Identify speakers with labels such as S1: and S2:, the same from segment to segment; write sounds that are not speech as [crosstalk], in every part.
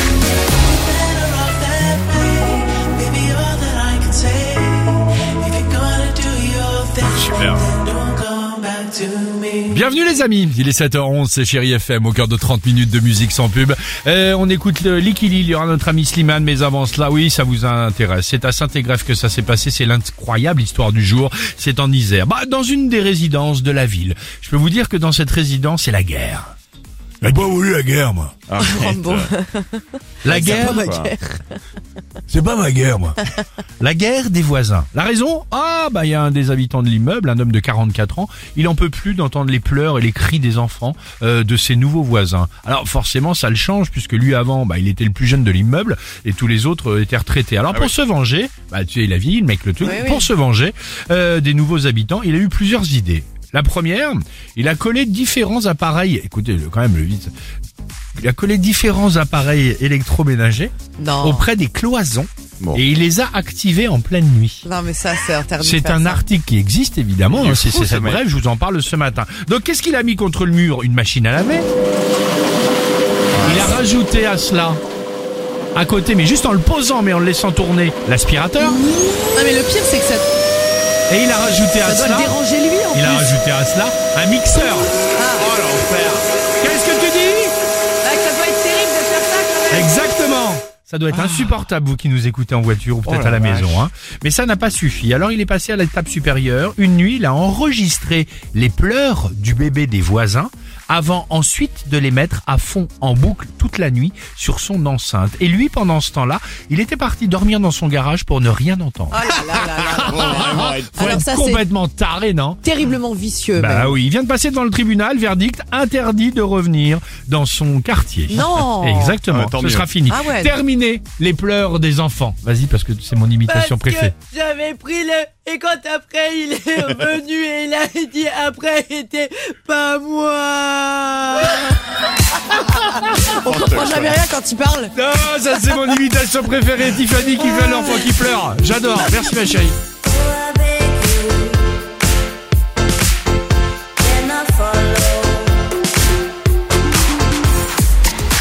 S1: Super. Bienvenue les amis, il est 7h11, c'est Chéri FM, au cœur de 30 minutes de musique sans pub. Euh, on écoute le Licky Lee, il y aura notre ami Slimane, mais avant cela, oui, ça vous intéresse. C'est à Saint-Égrève que ça s'est passé, c'est l'incroyable histoire du jour, c'est en Isère. Bah, dans une des résidences de la ville. Je peux vous dire que dans cette résidence, c'est la guerre. J'ai pas voulu la guerre, moi. [laughs] Ah, La guerre. C'est pas ma guerre, moi. [laughs] La guerre des voisins. La raison Ah, bah, il y a un des habitants de l'immeuble, un homme de 44 ans. Il en peut plus d'entendre les pleurs et les cris des enfants euh, de ses nouveaux voisins. Alors, forcément, ça le change, puisque lui, avant, bah, il était le plus jeune de l'immeuble et tous les autres euh, étaient retraités. Alors, pour se venger, bah, tu sais, il a vieilli, le mec, le truc. pour se venger euh, des nouveaux habitants, il a eu plusieurs idées. La première, il a collé différents appareils. Écoutez, le- quand même, le vite. Il a collé différents appareils électroménagers
S2: Non.
S1: auprès des cloisons et il les a activés en pleine nuit.
S2: Non, mais ça, c'est interdit. de
S1: C'est
S2: faire
S1: un
S2: ça.
S1: article qui existe évidemment, hein, c'est c'est cette brève, je vous en parle ce matin. Donc qu'est-ce qu'il a mis contre le mur Une machine à laver Il a rajouté à cela, à côté, mais juste en le posant, mais en le laissant tourner, l'aspirateur.
S2: Non, mais le pire, c'est que ça,
S1: Et il a rajouté à
S3: Ah,
S2: ça doit le
S1: cela,
S2: déranger Ah. lui en
S1: il a
S2: plus.
S1: rajouté à cela un mixeur. Oh l'enfer Qu'est-ce que tu dis
S2: Ah, que ça doit être terrible de faire ça quand même.
S1: Exactement ça doit être insupportable, vous qui nous écoutez en voiture ou peut-être à la maison. Hein. Mais ça n'a pas suffi. Alors il est passé à l'étape supérieure. Une nuit, il a enregistré les pleurs du bébé des voisins avant ensuite de les mettre à fond en boucle toute la nuit sur son enceinte. Et lui, pendant ce temps-là, il était parti dormir dans son garage pour ne rien entendre.
S2: Oh là là là là là là.
S1: Faut
S2: Alors
S1: être
S2: ça, c'est
S1: complètement taré, non
S2: terriblement vicieux.
S1: Bah
S2: même.
S1: oui, il vient de passer devant le tribunal, verdict, interdit de revenir dans son quartier.
S2: Non.
S1: [laughs] Exactement,
S4: Ah, tant
S1: ce
S4: mieux.
S1: sera fini.
S2: Ah ouais.
S1: Terminé les pleurs des enfants. Vas-y, parce que c'est mon
S3: Parce
S1: imitation
S3: que
S1: préférée.
S3: j'avais pris le... Et quand après il est revenu et il a dit après était pas moi
S2: On comprend jamais rien quand il parle.
S1: Non, ça c'est mon imitation préférée, Tiffany qui fait l'enfant qui pleure. J'adore, merci ma chérie.
S5: and I follow.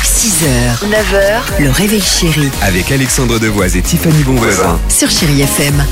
S6: 6h, 9h, le réveil chéri
S7: Avec Alexandre Devoise et Tiffany Bonvoisin.
S6: sur Chéri FM.